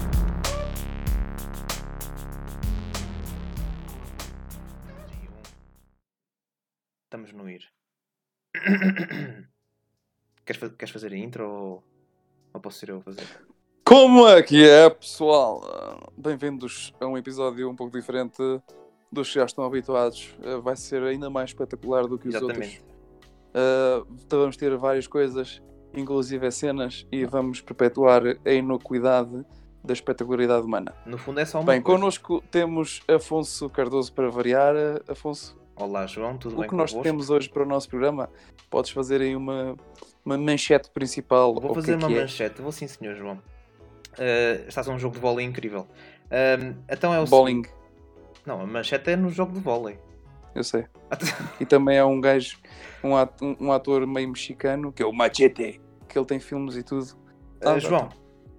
um. Estamos no ir. queres, fa- queres fazer a intro ou, ou posso ser eu a fazer? Como é que é, pessoal? Ah, Bem-vindos a um episódio um pouco diferente dos que já estão habituados. Ah, Vai ser ainda mais espetacular do que os Exatamente. outros. Ah, então vamos ter várias coisas, inclusive cenas, e vamos perpetuar a inocuidade da espetacularidade humana. No fundo é só uma Bem, coisa. connosco temos Afonso Cardoso para variar. Ah, Afonso, Olá João, tudo o bem que nós convosco? temos hoje para o nosso programa? Podes fazer aí uma, uma manchete principal. ou o Vou que fazer é uma que é? manchete, vou sim senhor João. Uh, estás a um jogo de vôlei incrível. Um, então é o Bowling, seguinte- Não, a manchete é no jogo de vôlei. eu sei. Ah, tu- E também há um gajo, um ato- um- um ator, meio mexicano, que é o Machete, que ele tem filmes e tudo. Ah, Uh, tá, João,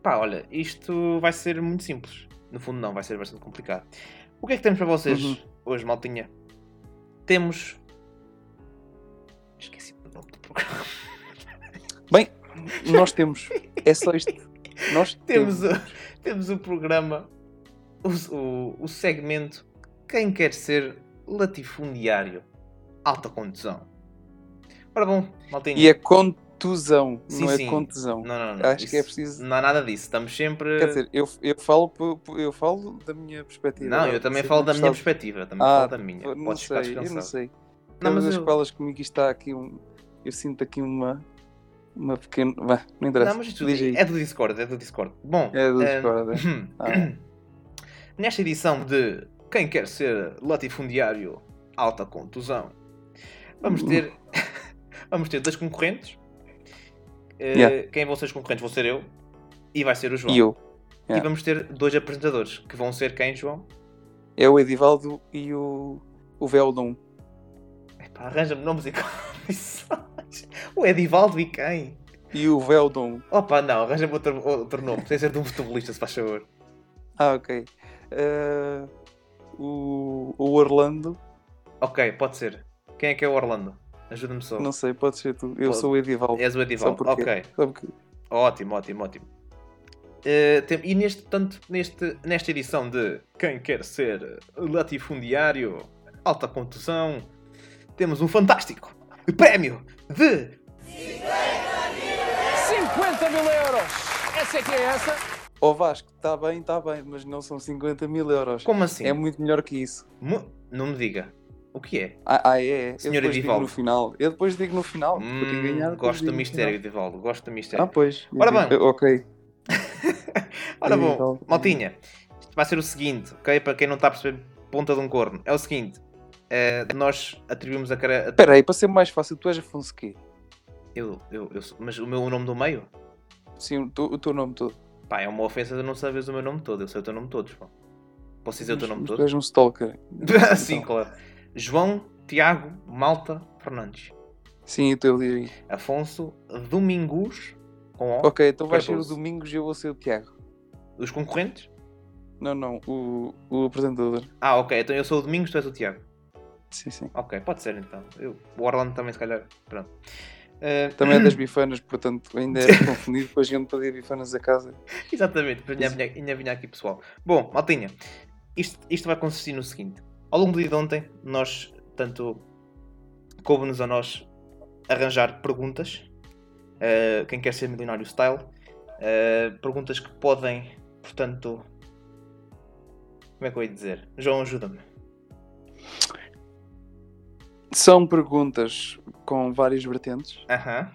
pá, olha, isto vai ser muito simples. No fundo, não, vai ser bastante complicado. O que é que temos para vocês Uhum. hoje, Maltinha? Temos. Esqueci o nome do programa. Nós temos. É só isto. Nós temos. Temos um- o, temos o programa, o, o, o segmento Quem Quer Ser Latifundiário Alta Condução. Ora bom, Maltinha. E é contusão, Sim, não é sim. contusão. Não, não, não. Acho isso- que é é- preciso- Não há nada disso. Estamos sempre. Quer dizer, eu, eu, falo, po- po- eu falo da minha perspectiva. não, eu Agora, também vocês falo não da minha sabem. perspectiva. Também Ah, falo da minha. Eu Não Podes ficar sei, eu não descansado. sei. Não, Cada mas vez eu- que falas comigo isto está aqui um. Eu sinto aqui uma. Uma pequena. Vá, não interessa. Não, mas isto Diz aí. é do Discord, é do Discord. Bom, É do eh, Discord, é. Ah. nesta edição de Quem Quer Ser Latifundiário Alta Contusão, vamos Uh. ter, vamos ter dois concorrentes. Eh, Yeah. Quem vão ser os concorrentes? Vou ser eu e vai ser o João. E eu. E yeah. vamos ter dois apresentadores, que vão ser quem, João? É o Edivaldo e o. O Veldon. Epá, Arranja-me nomes e condições. O Edivaldo e quem? E o Veldon. Opa, não, arranja-me outro, outro nome. Tem que ser de um futebolista, se faz favor. Ah, ok. Eh, o, o Orlando, Ok, pode ser. Quem é que é o Orlando? Ajuda-me só. não sei, pode ser tu. Eu Pode. sou o Edivaldo. És o Só Edivaldo. porque- Ok, Sabe que- ótimo, ótimo, ótimo. Eh, tem- e neste, portanto, neste, nesta edição de Quem Quer Ser Latifundiário Alta Contusão, temos um fantástico prémio de. 50 mil euros! Essa é que é essa? Ó Vasco, está bem, está bem, mas não são 50 mil euros. Como assim? É muito melhor que isso. Mu- Não me diga. O que é? Ah, ah, é, é. Eu Senhor depois digo Edivaldo. no final. Eu depois digo no final. porque Hum, ganhar, depois gosto digo do no mistério, final. Edivaldo. Gosto do Ah, mistério. pois. Ora bem. Eh, Ok. Ah, Ora bom, Edivaldo. Maltinha, isto vai ser o seguinte, ok? Para quem não está a perceber, ponta de um corno. É o seguinte. eh, nós atribuímos a cara. Espera aí, para ser mais fácil, tu és Afonso quê? Eu, eu, eu sou- mas o meu nome do meio? Sim, o, teu- o teu nome todo. Pá, é uma ofensa de não saberes o meu nome todo. Eu sei o teu nome todo, João. Posso dizer o teu Mas- nome mas todo? Tu és um stalker. Sim, Então, claro. João Tiago Malta Fernandes. Sim, o teu diz aí. Afonso Domingos com O. Ok, então vais ser o Cardoso. Domingos e eu vou ser o Tiago. Os concorrentes? Não, não, o, o apresentador. Ah, ok. Então eu sou o Domingos, tu és o Tiago. Sim, sim. Ok, pode ser então. Eu, o Orlando também, se calhar. Pronto. Eh, Também é das bifanas, portanto ainda era confundido com a gente para bifanas a casa. Exatamente, para ainda, Isso. vinha, ainda vinha aqui pessoal. Bom, Maltinha, isto, isto vai consistir no seguinte: ao longo do dia de ontem, nós, tanto coube-nos a nós arranjar perguntas, eh, quem quer ser milionário style, eh, perguntas que podem, portanto, como é que eu ia dizer? João, ajuda-me. São perguntas com várias vertentes. Aham.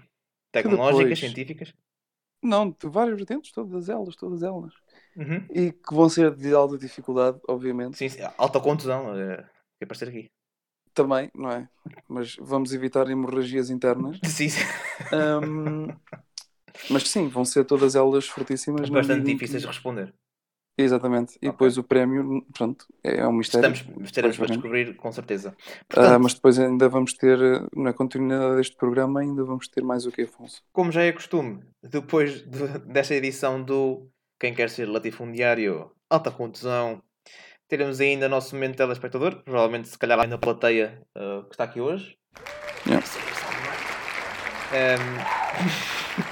Tecnológicas, depois- científicas. Não, de várias vertentes, todas elas, todas elas. Uhum. E que vão ser de alta dificuldade, obviamente. Sim, sim, alta contusão, eh, que é para ser aqui. Também, não é? Mas vamos evitar hemorragias internas. Sim, sim. Ahm, mas sim, vão ser todas elas fortíssimas. não bastante digo que- difíceis de responder. Exatamente. E Ok. depois o prémio, pronto, é um mistério. Estamos, estaremos para Pois, bem. descobrir, com certeza. Ah, Portanto, mas depois ainda vamos ter, eh, na continuidade deste programa, ainda vamos ter mais o que, Afonso? como já é costume, depois de- desta edição do Quem Quer Ser Latifundiário, alta contusão, teremos ainda o nosso momento telespectador, provavelmente se calhar lá na plateia ah, que está aqui hoje. Yeah. Ahm,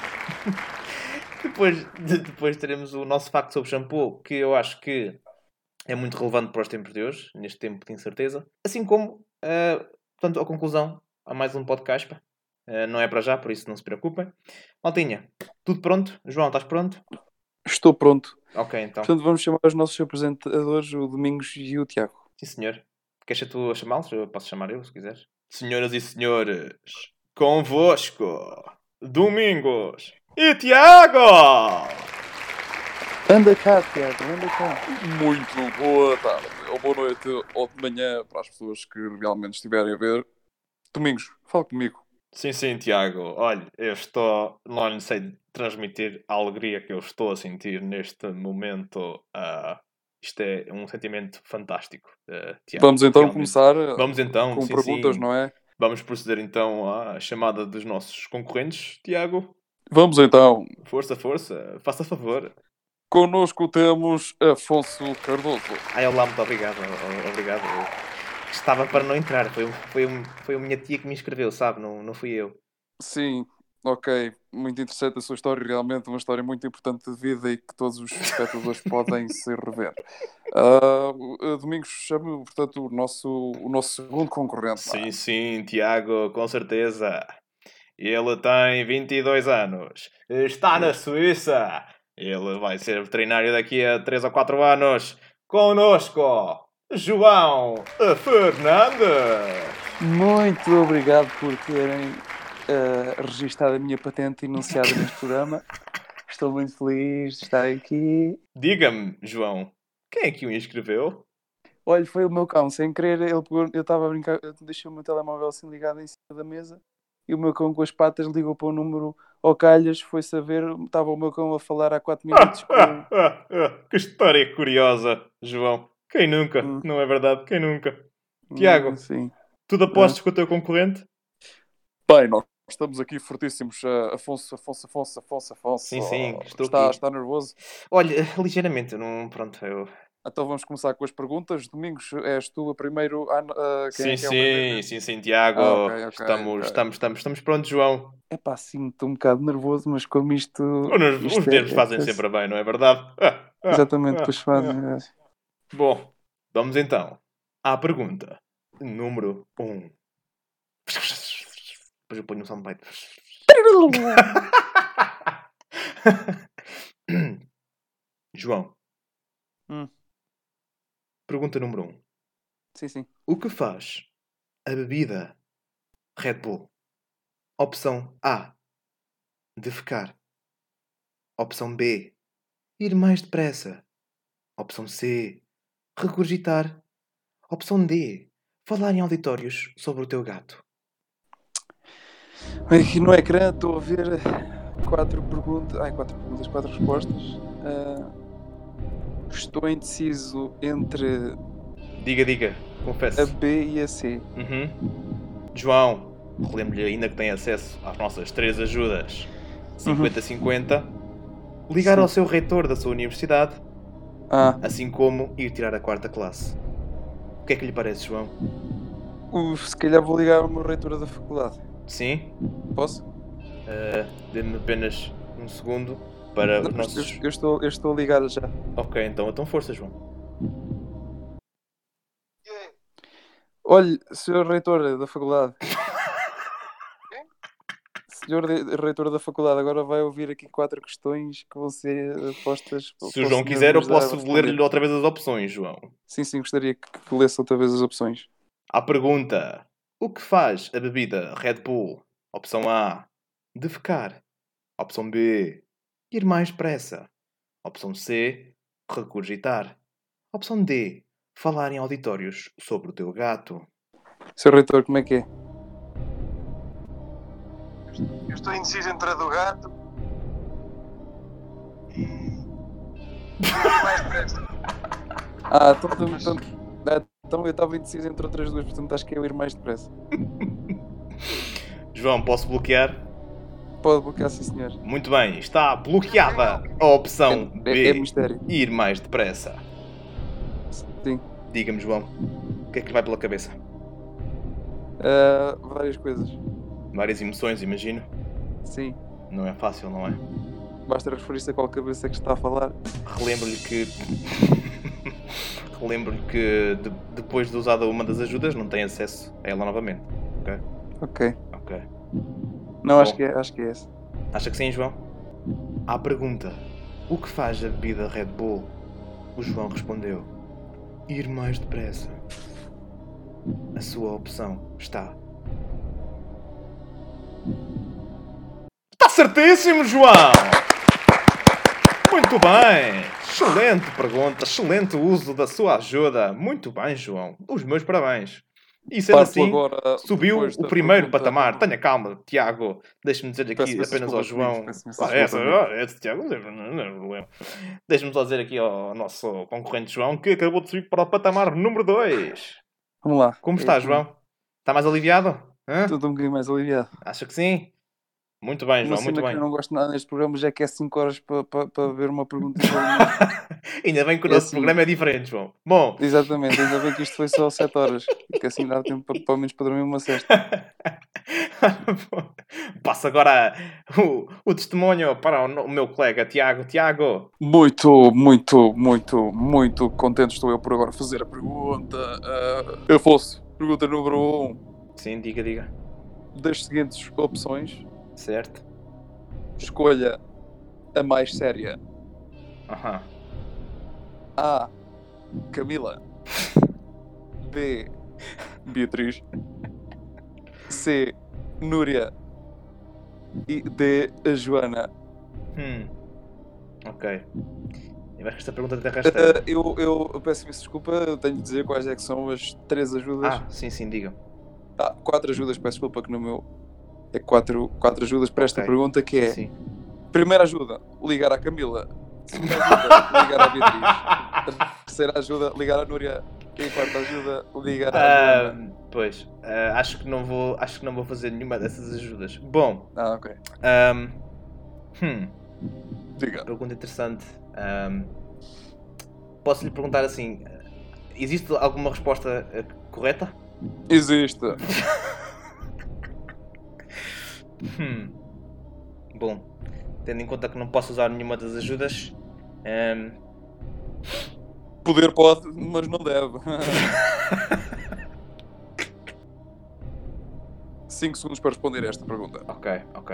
depois, de- depois teremos o nosso facto sobre shampoo, que eu acho que é muito relevante para os tempos de hoje, neste tempo de incerteza. Assim como, ah, eh, portanto, a conclusão a mais um podcast. pá. Eh, não é para já, por isso não se preocupem. Maltinha, tudo pronto? João, estás pronto? Estou pronto. Ok, então. Portanto, vamos chamar os nossos apresentadores, o Domingos e o Tiago. Sim, senhor. Queixa tu a chamá-los? Eu posso chamar eu, se quiseres. Senhoras e senhores, convosco, Domingos e Tiago! Anda cá, Tiago, anda cá. Muito boa tarde, ou boa noite, ou de manhã, para as pessoas que realmente estiverem a ver. Domingos, fala comigo. Sim, sim, Tiago. Olha, eu estou. Não lhe sei transmitir a alegria que eu estou a sentir neste momento. ah, isto é um sentimento fantástico, ah, Tiago. Vamos então realmente. começar eh, Vamos então, com sim, perguntas, sim. não é? Vamos proceder então à chamada dos nossos concorrentes. Tiago, Vamos então. força, força, faça favor. Connosco temos Afonso Cardoso. Ai, olá, Ah, muito obrigado, o- o- obrigado. Eu estava para não entrar, foi, um, foi, foi a minha tia que me inscreveu, sabe? Não, não fui eu. Sim, ok. Muito interessante a sua história, realmente uma história muito importante de vida e que todos os espectadores podem se rever. Ah, o- eh, Domingos, chame, portanto, o nosso, o nosso segundo concorrente. não é? Sim, sim, Tiago, com certeza. Ele tem 22 anos, está na Suíça. Ele vai ser veterinário daqui a 3 ou 4 anos. Conosco, João Fernandes. Muito obrigado por terem eh, registado a minha patente enunciada neste programa. Estou muito feliz de estar aqui. Diga-me, João, quem é que o inscreveu? Olha, foi o meu cão, sem querer, ele pegou- eu estava a brincar, eu deixei o meu telemóvel assim ligado em cima da mesa e o meu cão com as patas ligou para o número ao calhas, foi saber, estava o meu cão a falar há 4 minutos. com- que história curiosa, João. Quem nunca? Hum. Não é verdade? Quem nunca? Tiago. Hum, Sim. Tudo apostas com o teu concorrente? Bem, nós estamos aqui fortíssimos, eh, Afonso, Afonso, Afonso, Afonso, Afonso. Sim, sim, estou está, aqui. está nervoso? Olha, ligeiramente, não, pronto, eu Então vamos começar com as perguntas. Domingos, és tu a primeiro. Ah, n- ah, quem é Sim, que sim, é sim, sim, Tiago. Ah, ok, ok, estamos, ok. estamos, estamos, estamos prontos, João. É pá, sim, estou um bocado nervoso, mas como isto. Os nervos- isto os é- nervos é- fazem é- sempre bem, não é verdade? Ah, ah. Exatamente, ah, depois faz. Bom, vamos então à pergunta número 1. Um. Depois eu ponho um soundbite. João. Hum. Pergunta número 1. Um. Sim, sim. O que faz a bebida Red Bull? Opção A: defecar. Opção B: ir mais depressa. Opção C: regurgitar. Opção D: falar em auditórios sobre o teu gato. Aqui no ecrã estou a ver quatro perguntas. Ai, quatro perguntas, quatro respostas. Ah, estou indeciso entre Diga, diga, confesso. a B e a C. Uhum. João, relembro-lhe ainda que tem acesso às nossas três ajudas 50-50. Ligar Sim. ao seu reitor da sua universidade Ah, assim como ir tirar a quarta classe. O que é que lhe parece, João? uf, se calhar vou ligar ao meu reitor da faculdade. Sim? Posso? Dê-me apenas um segundo para Não, os mas nossos. eu, eu estou, eu estou a ligar já. Ok, então, então força, João. Olhe, senhor reitor da faculdade. Senhor de- reitor da faculdade, agora vai ouvir aqui quatro questões que vão ser eh, postas. Se o pelo João senhor quiser, eu nos dar a posso responder. ler-lhe outra vez as opções, João. Sim, sim, gostaria que, que lesse outra vez as opções. À pergunta: O que faz a bebida Red Bull? Opção A: defecar. Opção B: ir mais depressa. Opção C: regurgitar. Opção D: falar em auditórios sobre o teu gato. Senhor reitor, como é que é? Eu estou indeciso entre a do gato e. mais depressa. Ah, então, então- então- ah, então eu estava indeciso entre outras duas, portanto acho que é eu ia ir mais depressa. João, posso bloquear? Pode bloquear, sim senhor. Muito bem, está bloqueada a opção É, é- é B. mistério. Ir mais depressa. Sim. Diga-me, João, o que é que lhe vai pela cabeça? Ah, várias coisas. Várias emoções, imagino. Sim. Não é fácil, não é? Basta referir-se a qual cabeça é que está a falar. Relembro-lhe que. Relembro-lhe que de- depois de usada uma das ajudas, não tem acesso a ela novamente. Ok. Ok. Não, Bom. acho que, é, acho que é essa. Acha que sim, João? À pergunta: O que faz a bebida Red Bull? O João respondeu: Ir mais depressa. A sua opção está. Está certíssimo, João! Muito bem! Excelente pergunta, excelente uso da sua ajuda. Muito bem, João. Os meus parabéns. E sendo Passo assim, agora, Subiu depois da o primeiro pergunta- patamar. Tenha calma, Tiago. Deixa-me dizer aqui Peço imensa apenas ao desculpa, João. amigos, peço imensa Ah, é, desculpa, ah, é, Tiago, não é problema. Deixa-me só dizer aqui ao nosso concorrente João que acabou de subir para o patamar número 2. Vamos lá. Como está, Eu- João? Está mais aliviado? Hã? Estou um bocadinho mais aliviado. Acha que sim? Muito bem, Uma É, João, cena muito que bem. eu assim, não gosto nada neste programa já que é 5 horas para pa, pa ver uma pergunta. e uma- Ainda bem que o É nosso assim. programa é diferente, João. Bom, Exatamente, ainda bem que isto foi só 7 horas. Que assim dá tempo para, pelo menos para dormir uma cesta. passo agora o, o testemunho para o, no- o meu colega Tiago. Tiago, Muito, muito, muito, muito contente estou eu por agora fazer a pergunta. Ah, eu fosse. Pergunta número 1. Um, sim, diga, diga. das seguintes opções, Certo? escolha a mais séria. Aham. A. Camila. B. Beatriz. C. Núria. E D. A Joana. Hum. Ok. Eu acho que esta é. pergunta até Uh, resta. eu, eu, eu peço imensa desculpa, eu tenho de dizer quais é que são as três ajudas. Ah. Ah, sim, sim, diga. quatro ajudas, peço desculpa que no meu é quatro, quatro ajudas para esta Ok. pergunta que é Sim. primeira ajuda, ligar à Camila. Segunda ajuda, ligar à Beatriz. Terceira ajuda, ligar à Núria. E quarta ajuda, ligar à Ah, Joana. pois, ah, acho que não vou, acho que não vou fazer nenhuma dessas ajudas. Bom, Ah, ok. ahm, hum, Diga. pergunta interessante. Ahm, posso lhe perguntar assim, ah, existe alguma resposta ah, correta? Existe. Hum. Bom, tendo em conta que não posso usar nenhuma das ajudas, ahm, Poder pode, mas não deve. 5 segundos para responder a esta pergunta. Ok, ok.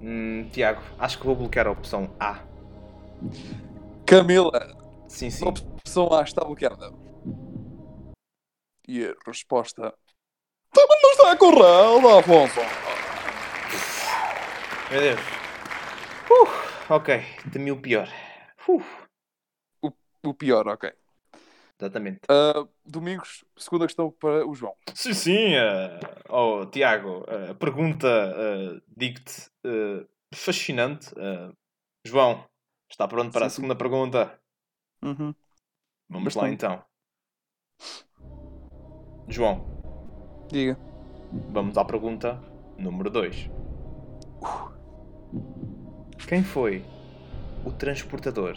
Hum, Tiago, acho que vou bloquear a opção A. Camila, Sim, sim. a opção A está bloqueada. E a resposta também não está correta, Afonso. Meu Deus. Uh, ok, temi o pior. Uh, O pior, ok. exatamente. Ah, Domingos, segunda questão para o João. Sim, sim. eh, oh, Tiago, eh, pergunta, eh, digo-te, eh, fascinante. eh. João, está pronto para a Sim, sim. segunda pergunta? Uhum, Vamos lá Bastante. então. João, Diga. Vamos à pergunta número 2. Uh, Quem foi o transportador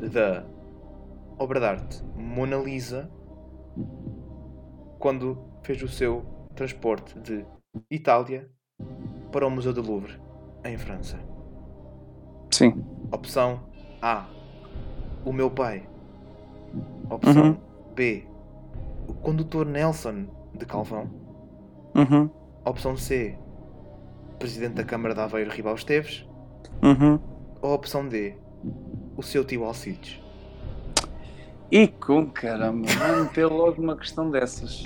da obra de arte Mona Lisa quando fez o seu transporte de Itália para o Museu do Louvre, em França? Sim. Opção A. O meu pai. Opção B. O condutor Nelson de Calvão. Uhum. Opção C, Presidente da Câmara de Aveiro Ribal Esteves. Uhum. Ou opção D, o seu tio Alcides. E com caramba, vamos ter logo uma questão dessas.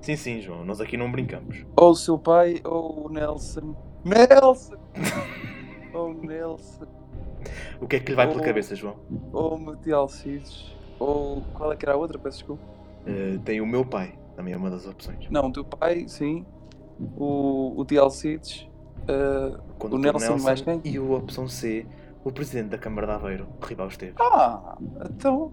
Sim, sim, João, nós aqui não brincamos. Ou o seu pai ou o Nelson. Nelson! ou o Nelson. O que é que lhe vai pela Oh. cabeça, João? Ou o Mati Alcides. Ou qual é que era a outra? Peço desculpa. Eh, tem o meu pai, também é uma das opções. Não, o teu pai, sim. O, o Ti Alcides. ah, Quando Nelson e mais quem? E a opção C, o Presidente da Câmara de Aveiro Ribal Esteves. Ah, então.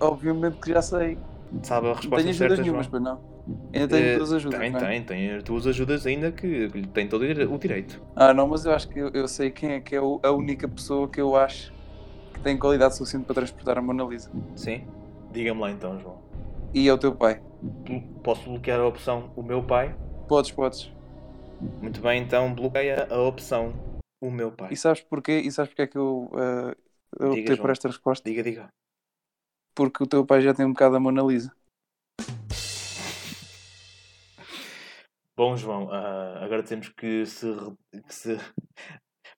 Obviamente que já sei. Sabe a Não tenho resposta ajudas certa, João? nenhumas, pois não. Ainda tenho Eh, todas as ajudas. Tem, não é? tem, tem as duas ajudas ainda que que lhe tem todo o direito. Ah, não, mas eu acho que eu, eu sei quem é que é o- a única pessoa que eu acho que tem qualidade suficiente para transportar a Mona Lisa. Sim? Diga-me lá então, João. E é o teu pai. Posso bloquear a opção o meu pai? Podes, podes. Muito bem, então bloqueia a opção o meu pai. E sabes porquê? E sabes porquê é que eu, eh, Diga, eu optei João. por esta resposta? Diga, diga. Porque o teu pai já tem um bocado a Mona Lisa. Bom, João, ah, agradecemos que se, re- que se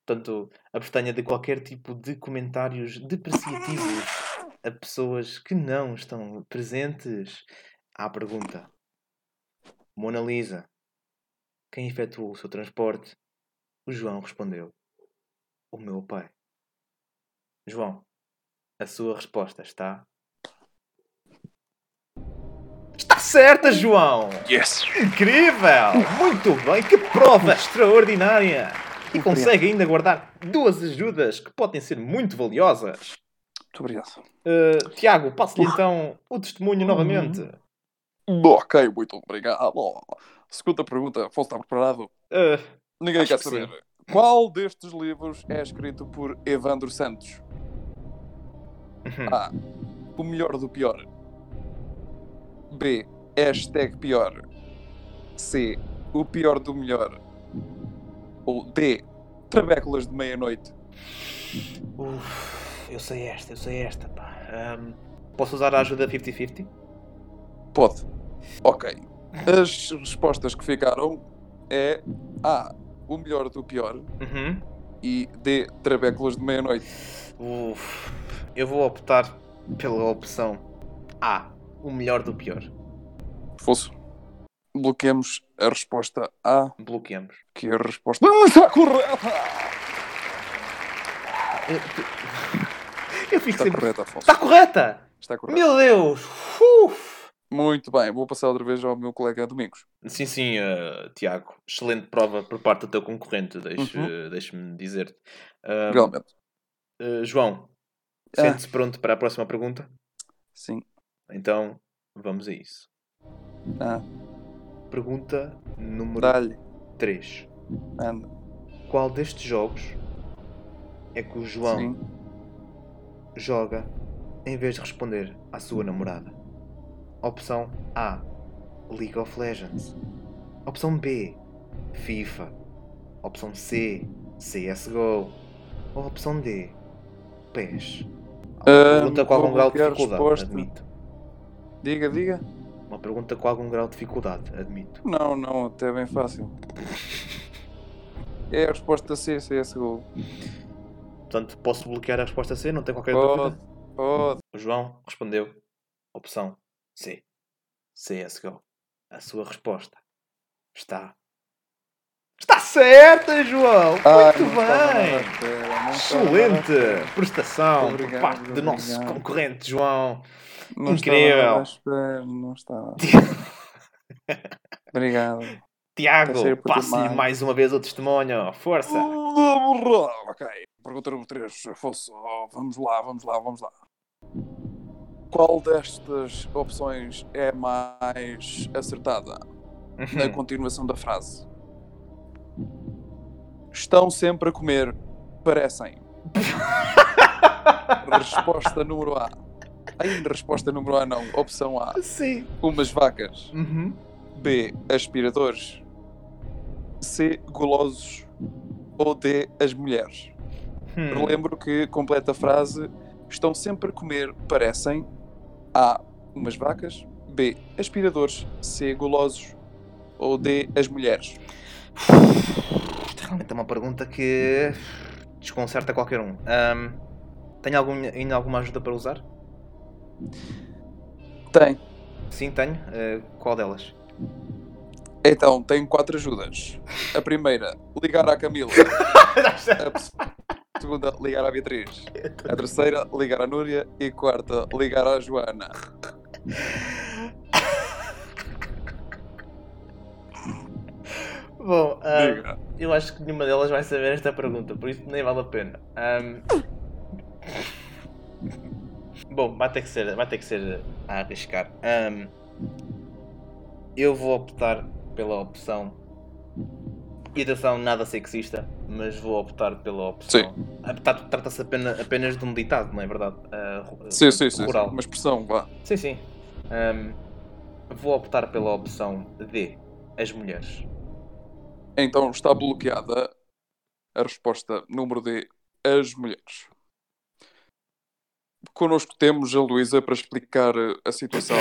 portanto, abstenha de qualquer tipo de comentários depreciativos a pessoas que não estão presentes à pergunta. Mona Lisa, quem efetuou o seu transporte? O João respondeu: O meu pai. João, a sua resposta está. Está certa, João! Yes! Incrível! Muito bem, que prova extraordinária! E consegue ainda guardar duas ajudas que podem ser muito valiosas. Muito obrigado. Uh, Uhum. Tiago, passo-lhe então o testemunho novamente. Ok, muito obrigado. Segunda pergunta, Afonso está preparado? Uh, Ninguém Acho quer que saber. Qual destes livros é escrito por Evandro Santos? Ah. A. O melhor do pior. B. Hashtag pior. C. O pior do melhor. Ou D. Trabéculas de meia-noite. uf, eu sei esta, eu sei esta. pá. Um, posso usar a ajuda 50-50? Pode. Ok. As respostas que ficaram é A. O melhor do pior. Uhum. E D. Trabéculas de meia-noite. Uf, eu vou optar pela opção A. O melhor do pior. Fosso. Bloqueamos a resposta A, Bloqueamos. que é a resposta não está correta! Eu, tu- eu fico Está sempre. correta, Afonso. Está correta! Está correta. Meu Deus! Uf! Muito bem, vou passar outra vez ao meu colega Domingos. Sim, sim, eh, Tiago. Excelente prova por parte do teu concorrente, deixe- Uhum. deixe-me dizer-te. Ah, Realmente. eh, João, Ah. sente-se pronto para a próxima pergunta? Sim. Então, vamos a isso. Ah, Pergunta número dá-lhe. 3. Anda. Qual destes jogos é que o João Sim. joga em vez de responder à sua namorada? Opção A: League of Legends. Opção B: FIFA. Opção C: CSGO. Ou opção D: PES. Há Uma Ah, pergunta com algum vou grau de bloquear a dificuldade, resposta. admito. Diga, diga. Uma pergunta com algum grau de dificuldade, admito. Não, não, até bem fácil. É a resposta C, CSGO. Portanto, posso bloquear a resposta C, não tem qualquer Pode, dúvida. pode. O João respondeu: opção C: CSGO. A sua resposta está. Está certa, João! Ai, Muito Ah, não estava nada à bem! espera, não estava nada à Excelente espera. prestação por Obrigado, parte do nosso obrigado. concorrente, João. Não Incrível. estava nada à espera, não estava. Obrigado. Terceiro Tiago, para passe-lhe demais. mais uma vez o testemunho. Força! Ok. Pergunta número 3, Afonso. Vamos lá, vamos lá, vamos lá. Qual destas opções é mais acertada na Uhum. continuação da frase? Estão sempre a comer, parecem. resposta número A. Ai, resposta número A não. Opção A. Sim. Umas vacas. Uhum. B. Aspiradores. C. Golosos. Ou D. As mulheres. Hum. Relembro que completa a frase: estão sempre a comer, parecem A. Umas vacas, B. Aspiradores, C. Golosos ou D. As mulheres. Isto realmente é uma pergunta que desconcerta qualquer um. Ahm, tenho algum, ainda alguma ajuda para usar? Tem. Sim, tenho. Eh, qual delas? Então, tenho quatro ajudas. A primeira, ligar à Camila. A pe- segunda, ligar à Beatriz. A terceira, ligar à Núria. E a quarta, ligar à Joana. Bom, ahm, Diga. eu acho que nenhuma delas vai saber esta pergunta, por isso nem vale a pena. Ahm. Bom, vai ter que ser, vai ter que ser a arriscar. Ahm, eu vou optar pela opção. E atenção, nada sexista, mas vou optar pela opção. Ah, tá- Trata-se apena- apenas, de um ditado, não é verdade? Ah, ru- Sim, sim, sim. sim. rural. Uma expressão, vá. Sim, sim. Ahm, vou optar pela opção D. As mulheres. Então está bloqueada a resposta número D, as mulheres. Connosco temos a Luísa para explicar eh, a situação.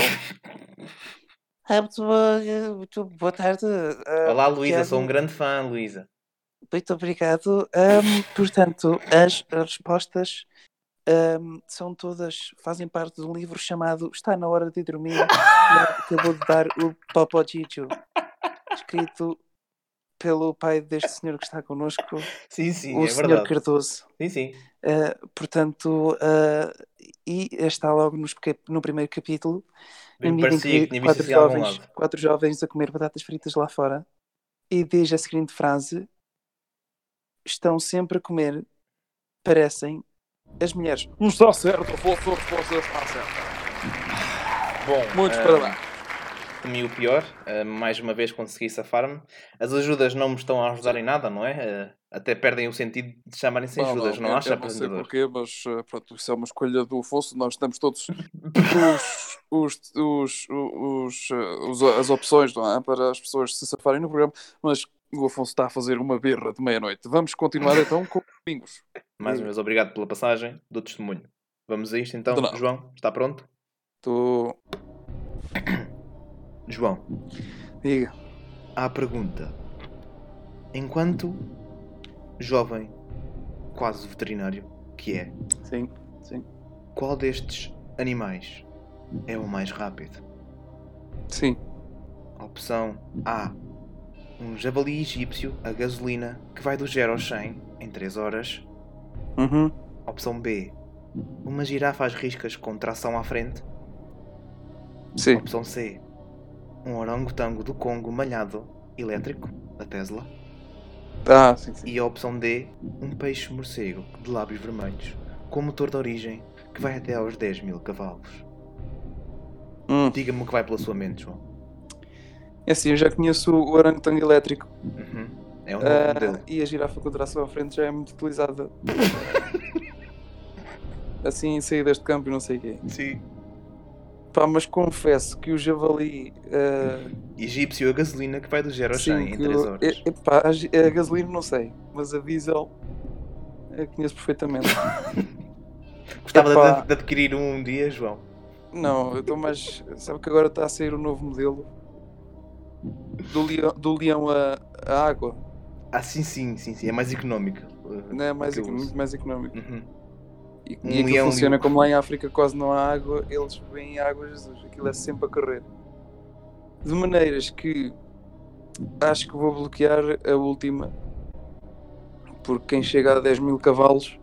Ah, muito, boa, muito boa tarde. Ah, Olá, Luísa, sou um Tiago. grande fã, Luísa. muito obrigado. Ahm, portanto, as, as respostas ahm, são todas, fazem parte de um livro chamado Está na Hora de Dormir, que acabou de dar o Popo Gigio, escrito pelo pai deste senhor que está connosco, Sim, sim, o é senhor verdade. Cardoso. Sim, sim. Uh, portanto, uh, e está logo nos peque- no primeiro capítulo, na Me medida em parecia que que tinha visto quatro assim em algum jovens, lado. quatro jovens a comer batatas fritas lá fora, e diz a seguinte frase: Estão sempre a comer, parecem as mulheres. Não está certo, a vossa resposta está certa. Bom, Muitos ah, parabéns. Temi o pior, ah, mais uma vez consegui safar-me. As ajudas não me estão a ajudar em nada, não é? Ah, até perdem o sentido de chamarem-se ajudas, não, eu- acha, eu não sei apresentador? porquê, mas eh, pronto, isso é uma escolha do Afonso. Nós estamos todos os, os, os, os, eh, os- as opções não é? para as pessoas se safarem no programa, mas o Afonso está a fazer uma birra de meia-noite. Vamos continuar então com Domingos. Mais uma vez, obrigado pela passagem do testemunho. Vamos a isto então, De nada. João? Está pronto? Tu João, diga. à pergunta. Enquanto jovem, quase veterinário, que é, Sim. qual destes animais é o mais rápido? Sim. Opção A. Um javali egípcio a gasolina que vai do 0 ao 100 em 3 horas. Uhum. Opção B. Uma girafa às riscas com tração à frente. Sim. Opção C. Um orangotango do Congo malhado elétrico da Tesla. Ah, sim, sim. E a opção D. Um peixe morcego de lábios vermelhos com motor de origem que vai até aos 10 mil cavalos. Hum. Diga-me o que vai pela sua mente, João. É assim, eu já conheço o orangotango elétrico Uhum. É um novo ah, modelo. e a girafa com tração à frente já é muito utilizada. assim, sair deste campo e não sei o quê. Sim. Pá, mas confesso que o javali. ah, Egípcio a gasolina que vai do 0 ao 100 sim, em que 3 o- horas. e- epá, a, gi- a gasolina não sei, mas a diesel eu conheço perfeitamente. Gostava Epá. de, de adquirir um um dia, João. não, eu estou mais. Sabe que agora está a sair o novo modelo do leão, do leão à, à água, Ah, sim, sim, sim, sim. É mais económico. uh, né? mais, que eu eco- uso. muito mais económico. Uhum. E, Um e aquilo leão e funciona um- como lá em África quase não há água, eles bebem água, Jesus, aquilo é sempre a correr. De maneiras que acho que vou bloquear a última, porque quem chega a 10 mil cavalos,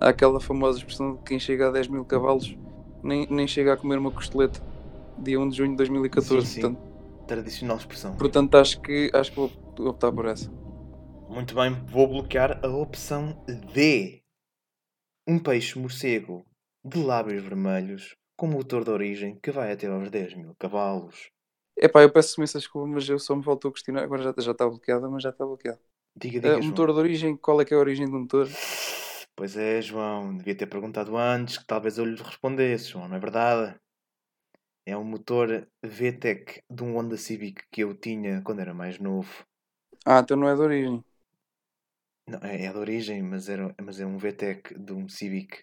há aquela famosa expressão de quem chega a 10 mil cavalos nem, nem chega a comer uma costeleta, dia 1 de junho de 2014. Sim, sim. Portanto, Tradicional expressão. portanto, acho que, acho que vou optar por essa. Muito bem, vou bloquear a opção D. Um peixe morcego de lábios vermelhos com motor de origem que vai até aos 10 mil cavalos. Epá, eu peço imensa desculpa, mas eu só me faltou questionar. Agora já, já está bloqueada, mas já está bloqueada. Diga, diga, Eh, João. motor de origem, qual é que é a origem do motor? Pois é, João. Devia ter perguntado antes que talvez eu lhe respondesse, João. Não é verdade? É um motor VTEC de um Honda Civic que eu tinha quando era mais novo. Ah, então não é de origem. Não, é, é de origem, mas, era, mas é um VTEC de um Civic.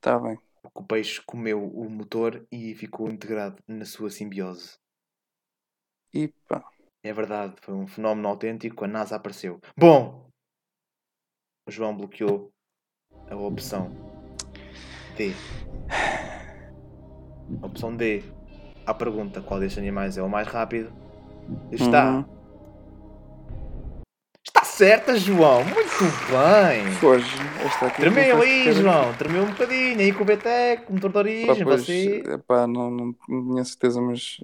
Tá bem. O peixe comeu o motor e ficou integrado na sua simbiose. E pá. É verdade, foi um fenómeno autêntico. A NASA apareceu. Bom, o João bloqueou a opção D. Opção D. A pergunta qual destes animais é o mais rápido? Está. Uhum. Está certa, João. Muito bem. Foge. Esta aqui Tremeu não aí, faz sequer- João, tremeu um bocadinho aí com o BTEC, com o motor de Pá, origem, pois, você. epá, não, não, não tinha certeza, mas.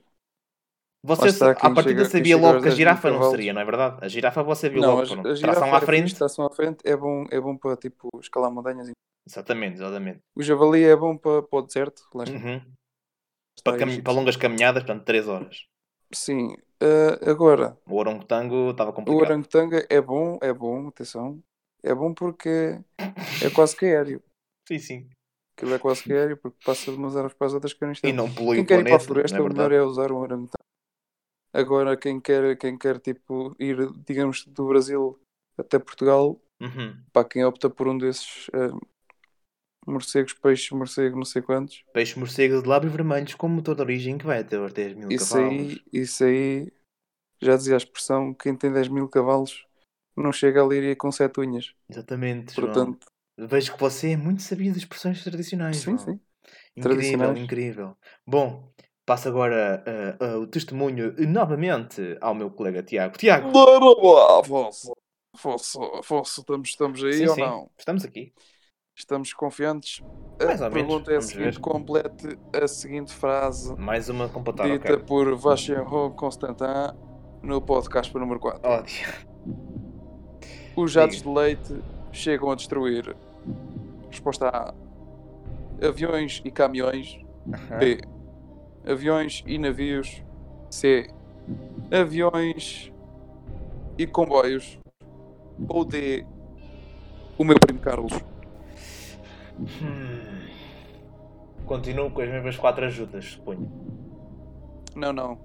Você está, à quem partida chega- quem sabia chega logo aos que a 10 mil girafa não cavalos. seria, não é verdade? A girafa você viu Não, logo, as, pronto. as Tração à frente. Tração à frente é bom, é bom para tipo escalar montanhas. e- Exatamente, exatamente. O javali é bom para, para o deserto. Lá está, Uhum. Para, cam- Egito. para longas caminhadas, portanto, 3 horas. Sim. eh, agora, O orangotango estava o complicado. orangotanga é bom, é bom, atenção. É bom porque é quase que aéreo. Sim, sim. Aquilo é quase que aéreo porque passa de umas árvores para as outras que eu não E estou. não polui Quem o quer ir para a planeta, floresta, não é o melhor verdade? é usar um orangotango. Agora, quem quer, quem quer tipo, ir, digamos, do Brasil até Portugal, Uhum. pá, quem opta por um desses, eh, morcegos, peixe, morcego, não sei quantos. Peixe morcego de lábios vermelhos com motor de origem que vai até aos 10 mil Isso cavalos. aí, isso aí, já dizia a expressão, quem tem 10 mil cavalos não chega a Líria com sete unhas. Exatamente, João. Portanto, Vejo que você é muito sabido das expressões tradicionais. sim, João. sim. Incrível, Tradicionais. incrível. Bom, passo agora ah, ah, o testemunho eh, novamente ao meu colega Tiago. Tiago, Bora lá, Afonso. Afonso, Afonso, estamos, estamos aí Sim, ou sim. não? estamos aqui. Estamos confiantes? Mais a ou menos, pergunta é a vamos seguinte: ver. complete a seguinte frase Mais uma completada, dita Tá, ok? por Vacheron Constantin no podcast número 4. Oh, Tiago. Os jatos de leite chegam a destruir. Resposta A: aviões e caminhões. B: aviões e navios. C: aviões e comboios. Ou D: o meu primo Carlos. Hum. Continuo com as mesmas quatro ajudas, suponho. Não, não.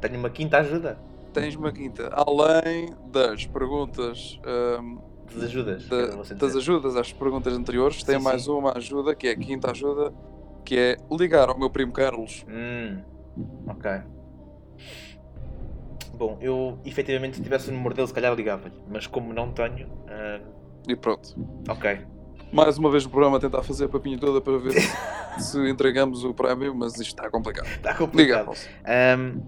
Tenho uma quinta ajuda. Tens uma quinta. Além das perguntas, ahm, Das ajudas. da- quero você das dizer. ajudas às perguntas anteriores, tem Sim, mais sim. uma ajuda, que é a quinta ajuda, que é ligar ao meu primo Carlos. Hum, ok. Bom, eu efetivamente se tivesse o número dele, se calhar ligava-lhe, mas como não tenho, ah, E pronto. ok. Mais uma vez no programa, tentar fazer a papinha toda para ver se, se entregamos o prémio, mas isto está complicado. Está Liga, Tá complicado. Afonso. Ahm,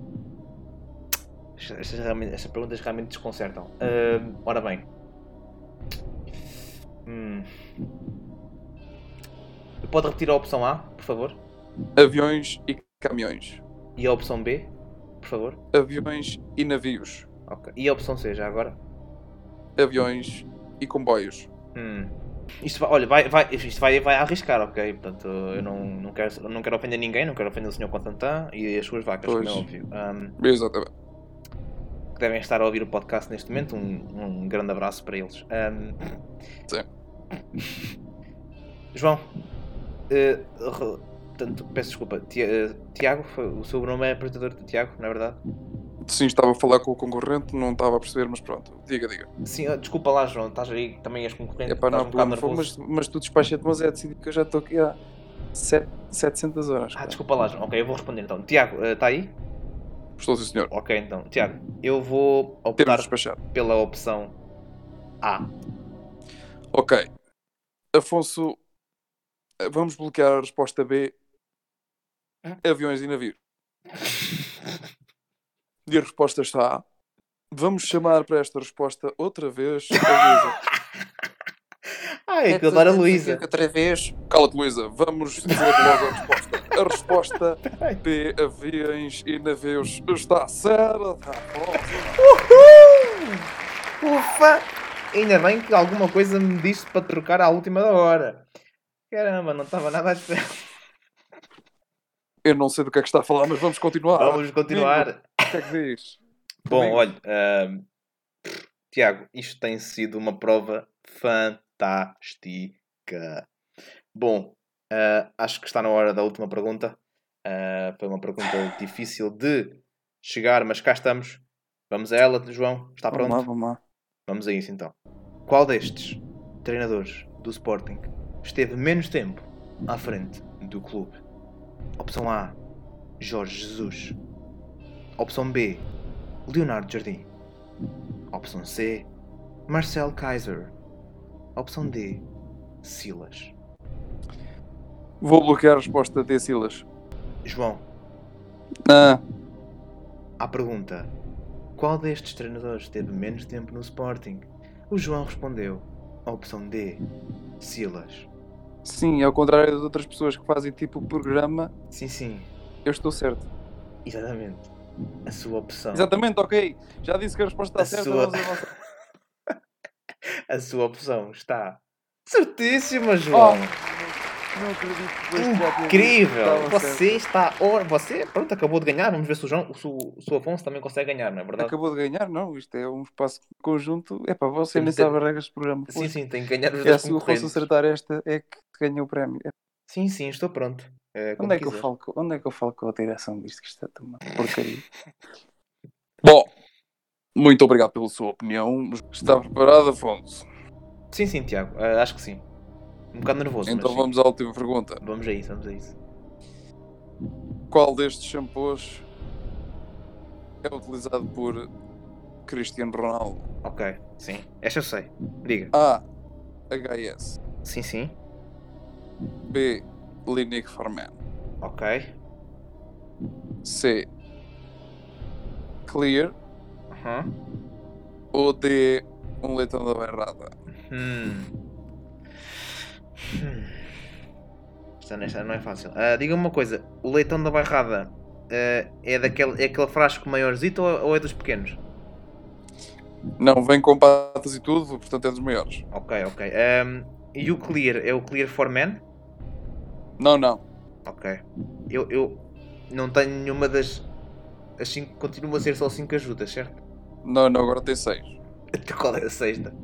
estas, estas realmente- estas perguntas realmente desconcertam. Ahm, ora bem. Hum. Pode repetir a opção A, por favor? Aviões e caminhões. E a opção B, por favor? Aviões e navios. Ok. E a opção C já agora? Aviões e comboios. Hum. Isto vai, olha, vai, vai, isto vai, vai arriscar, ok? Portanto, eu não, não, quero, não quero ofender ninguém, não quero ofender o Sr. Constantin e as suas vacas, Pois. como é óbvio. Ahm, Exatamente. que devem estar a ouvir o podcast neste momento. Um, um grande abraço para eles. Ahm. Sim. João, eh, re- portanto, peço desculpa, Ti- eh, Tiago, foi- o seu nome é apresentador de Tiago, não é verdade? Sim, estava a falar com o concorrente, não estava a perceber, mas pronto. Diga, diga. Sim, ah, desculpa lá, João, estás aí, também és concorrente, É para estás não há um bocado problema, foi, nervoso. mas, mas tu despacha-te, mas é decidido que eu já estou aqui há sete- 700 horas. Ah, cara. desculpa lá, João. Ok, eu vou responder então. Tiago, eh, está aí? Estou, sim, senhor. Ok, então, Tiago, eu vou Temos optar de despachar. pela opção A. Ok. Afonso, eh, vamos bloquear a resposta B: aviões e navios. E a resposta está A. Vamos chamar para esta resposta outra vez a Ah, é aquilo dar a Luísa. Outra vez. Luísa. Cala-te, Luísa. Vamos dizer logo a resposta. A resposta B: aviões e navios está certa. Afonso. Ufa! Ainda bem que alguma coisa me disse para trocar à última da hora. Caramba, não estava nada a esperar. Eu não sei do que é que está a falar, mas vamos continuar. Vamos continuar. O que é que diz? Bom, Domingo. olha, ahm, Tiago, isto tem sido uma prova fantástica. Bom, ah, acho que está na hora da última pergunta. Ah, foi uma pergunta difícil de chegar, mas cá estamos. Vamos a ela, João. Está pronto? Vamos lá, vamos lá. Vamos a isso então. Qual destes treinadores do Sporting esteve menos tempo à frente do clube? Opção A, Jorge Jesus. Opção B, Leonardo Jardim. Opção C, Marcel Kaiser. Opção D, Silas. Vou bloquear a resposta de Silas. João, Ah, à pergunta: Qual destes treinadores esteve menos tempo no Sporting? O João respondeu: a Opção D, Silas. sim, ao contrário das outras pessoas que fazem tipo o programa, Sim, sim, eu estou certo. Exatamente. A sua opção. Exatamente, ok. Já disse que a resposta está A certa. sua- vamos avançar. A sua opção está certíssima, João. Não acredito Oh, que depois de já ter dito Incrível! que estava certo. Você está. or- Você, pronto, acabou de ganhar. Vamos ver se o, João, se o, se o Afonso também consegue ganhar, não é verdade? Acabou de ganhar, não? Isto é um espaço conjunto. É para você nem Tem- sabe as regras do programa. Sim, sim, tem que ganhar os É, dois se eu concorrentes. fosse acertar esta, é que ganhou o prémio. É, Sim, sim, estou pronto. É, como Onde é, que eu quiser. falo, com- onde é que eu falo com a direção disto que está uma porcaria? Bom, muito obrigado pela sua opinião. Está preparado, Afonso? Sim, sim, Tiago. ah, Eh, acho que sim. Um bocado nervoso. Então mas vamos à última pergunta. sim. Vamos a isso, vamos a isso. Qual destes shampoos é utilizado por Cristiano Ronaldo? Ok, sim. Esta eu sei. Diga. A. HS. Sim, sim. B. Clinique Farman. Ok. C. Clear. Aham. Ou D. Um leitão da berrada. Hum. Hum. Esta, esta não é fácil. Ah, Diga-me uma coisa, o leitão da barrada ah, é, daquele, é aquele frasco maiorzito ou, ou é dos pequenos? Não, vem com patas e tudo, portanto é dos maiores. Ok, ok. Ahm, e o Clear? É o Clear for Men? Não, não. Ok. Eu, eu não tenho nenhuma das. As cinco, continua a ser só cinco ajudas, certo? Não, não, agora tem seis. Então Qual é a sexta?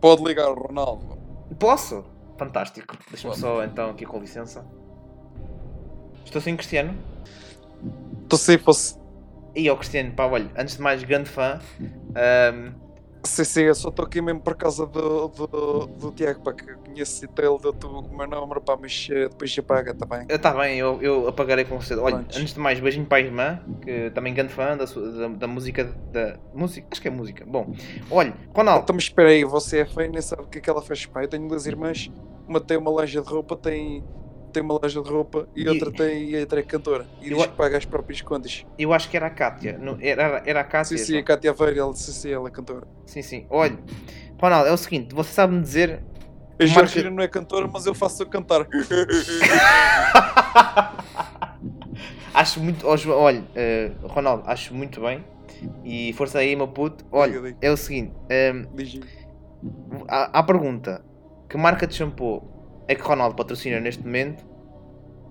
Pode ligar o Ronaldo. Posso? Fantástico. Deixa-me só então aqui com licença. Estou sem Cristiano? Então se fosse. E ao Cristiano, pá, olha, antes de mais, grande fã. um, Ahm, Sim, sim, eu só estou aqui mesmo por causa do, do, do Tiago, para que conheci ele, deu-te o meu número para mexer, eh, depois apaga, está bem? ah, tá bem, eu, eu apagarei com você. Olha, Prontos. antes de mais, beijinho para a irmã, que também grande fã da, sua- da, da música. Da música? Acho que é música. Bom, olha, Ah, Ronaldo. então, mas espera aí, você é feio e nem sabe o que é que ela fez, pá. Eu tenho duas irmãs, uma tem uma loja de roupa, tem, tem uma loja de roupa e, E- outra tem e a outra é cantora. E Eu diz a- que paga as próprias contas. Eu acho que era a Kátia. não- Era, era a Sim, Kátia. sim, a Cátia Veira, ela, sim, sim, ela é cantora. sim, sim. Olha, Ronaldo, é o seguinte: você sabe-me dizer. A Marca- Georgina não é cantora, mas eu faço-a cantar. Acho muito. ó, João, olha, eh, Ronaldo, acho muito bem. E força aí, meu puto. Diga, Olha, diga. é o seguinte: ahm, Diz à, à pergunta: que marca de shampoo é que Ronaldo patrocina neste momento?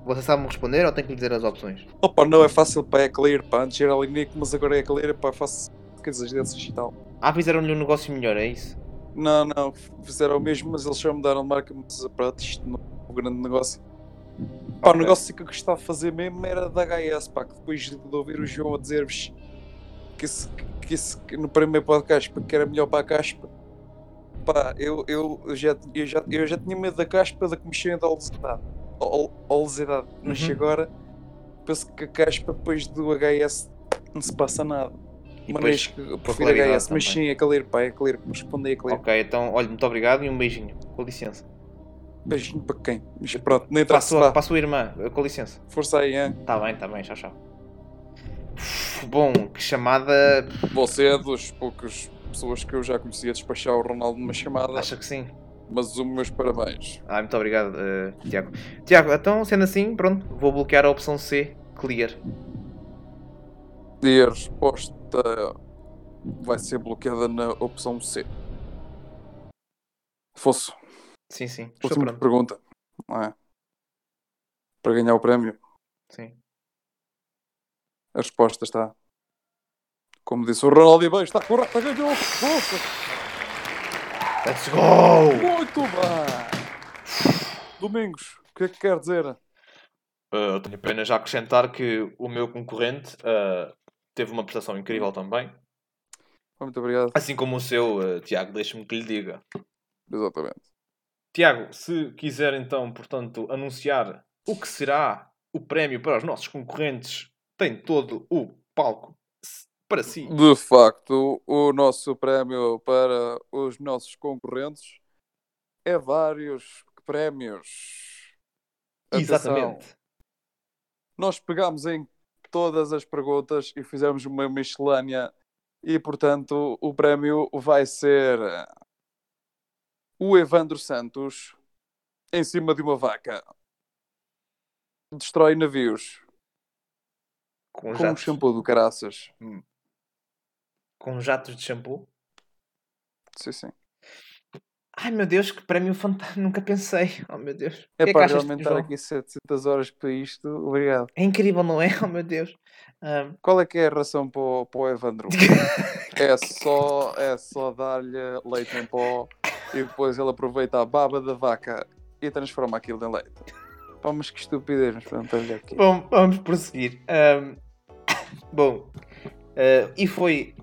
Você sabe-me responder ou tem que lhe dizer as opções? Opa, não é fácil, pá, é clear, pá. Antes era Alinico, mas agora é clear, pá, faço coisas dessas e tal. Ah, fizeram-lhe um negócio melhor, é isso? Não, não, fizeram o mesmo, mas eles já mudaram de marca, mas pronto, isto não é um grande negócio. Pá, o Ok. negócio que eu gostava de fazer mesmo era da HS, pá, que depois de ouvir o João a dizer-vos que, esse, que, esse, que no primeiro podcast pá, que era melhor para a caspa, pá, eu, eu, eu já, eu, já, eu já tinha medo da caspa da comissão da oleosidade, Ol- oleosidade. mas Uhum. agora penso que a caspa depois do HS não se passa nada. E Mas depois- que eu com a prefiro claridade HS, mas também. sim, é clear, pá, é clear, respondei a clear. Ok, então, olha, muito obrigado e um beijinho. Com licença. Beijinho para quem? Mas pronto, nem Para a traço sua, lá. para a sua irmã, eh, com licença. Força aí, hein? Tá bem, tá bem, tchau, tchau. Uf, Bom, que chamada. Você é dos poucas pessoas que eu já conhecia despachar o Ronaldo numa chamada, Acha que sim? mas os meus parabéns. Ah, muito obrigado, eh, Tiago. Tiago, então, sendo assim, pronto, vou bloquear a opção C, clear. E a resposta vai ser bloqueada na opção C. Fosse, Sim, sim, estou última pronto. pergunta, não é? Para ganhar o prémio, Sim. a resposta está. Como disse o Ronaldo e bem, está correta, ganhou! Força! Let's go! Muito bem! Domingos, o que é que quer dizer? Uh, tenho apenas a acrescentar que o meu concorrente uh, teve uma prestação incrível também. Muito obrigado. Assim como o seu, uh, Tiago, deixe-me que lhe diga. Exatamente. Tiago, se quiser então, portanto, anunciar o que será o prémio para os nossos concorrentes, tem todo o palco s- para si. De facto, o nosso prémio para os nossos concorrentes é vários prémios. Atenção, Exatamente. Nós pegámos em todas as perguntas e fizemos uma miscelânea e, portanto, o prémio vai ser o Evandro Santos em cima de uma vaca. Destrói navios Com com um jatos, shampoo do caraças. Hum, com jatos de shampoo. Sim, sim. Ai meu Deus, que prémio fantástico, nunca pensei. Oh meu Deus. O que É, é que para achas de- realmente estar João? aqui 700 horas para isto. Obrigado. É incrível, não é? Oh meu Deus. Ahm, Qual é que é a ração para o, para o Evandro? é só, é só dar-lhe leite em pó e depois ele aproveita a baba da vaca e transforma aquilo em leite. Pá, mas que estupidez, mas pronto, olha aqui. Bom, vamos prosseguir. Ahm, bom, ah, e foi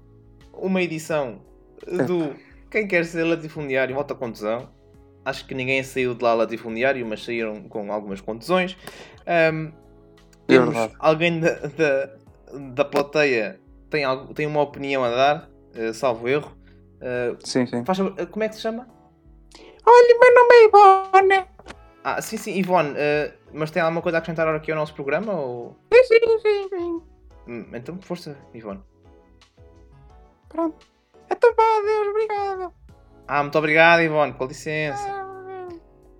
uma edição do Quem Quer Ser Latifundiário Autocondução. Acho que ninguém saiu de lá latifundiário, mas saíram com algumas contusões. Ahm, É temos verdade. alguém da, da, da plateia tem, algo, tem uma opinião a dar, eh, salvo erro. Eh, Sim, sim. faz favor, eh, como é que se chama? Olha, meu nome é Ivone. Ah, sim, sim, Ivone, eh, mas tem alguma coisa a acrescentar aqui ao nosso programa? Ou... Sim, sim, sim. Hum, Então, força, Ivone. Pronto. Então vá, adeus, obrigado. Ah, muito obrigado, Ivone, com licença.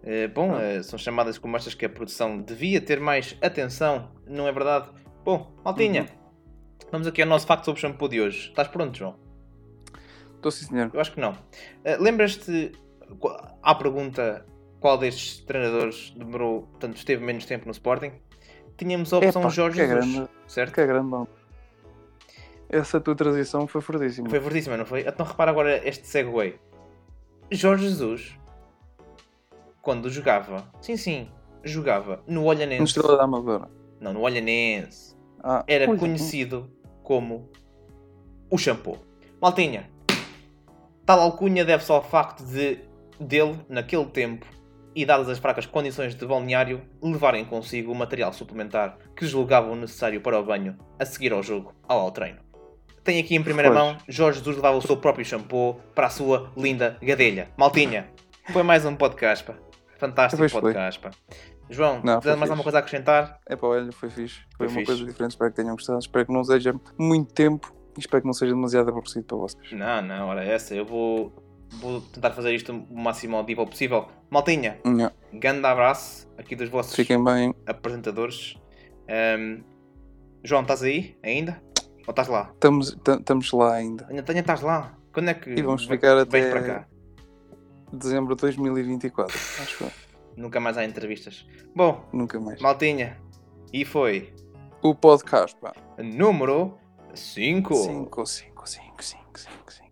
Eh, bom, eh, são chamadas como estas que a produção devia ter mais atenção, não é verdade? Bom, Maltinha, vamos aqui ao nosso facto sobre o shampoo de hoje. Estás pronto, João? Estou sim, senhor. Eu acho que não. Eh, Lembras-te qu- à pergunta qual destes treinadores demorou, portanto, esteve menos tempo no Sporting? Tínhamos a opção Epá, Jorge que é Jesus, grande. certo? Que é grande, não. Essa tua transição foi fortíssima. Foi fortíssima, não foi? Então repara agora este segue. Jorge Jesus, quando jogava, sim, sim, jogava no Uma Olhanense. estrela da Amadora. Não, no Olhanense. Ah, Era pois é. conhecido como o shampoo. Maltinha, tal alcunha deve-se ao facto de dele, naquele tempo, e dadas as fracas condições de balneário, levarem consigo o material suplementar que julgavam necessário para o banho a seguir ao jogo ou ao treino. Tem aqui em primeira Pois. mão, Jorge Jesus levava o seu próprio shampoo para a sua linda gadelha. Maltinha, foi mais um podcast, pá. Fantástico Pois foi. podcast, pá. João, Não, foi tens mais fixe. alguma coisa a acrescentar? É pá, olha, foi fixe. Foi Foi, uma fixe. coisa diferente. Espero que tenham gostado. Espero que não seja muito tempo e espero que não seja demasiado aborrecido para vocês. Não, não, ora essa, eu vou, vou tentar fazer isto o máximo audível possível. Maltinha, Nhá. grande abraço aqui dos vossos Fiquem bem. apresentadores. Ahm, João, estás aí ainda? Ou estás lá? Estamos, ta- estamos lá ainda. Ainda ainda estás lá? Quando é que E vamos ve- ficar vens até- para cá? Dezembro de 2024. Acho eu. Nunca mais há entrevistas. Bom, Nunca mais. maltinha, e foi O podcast, pá. número 5. 5, 5, 5, 5, 5.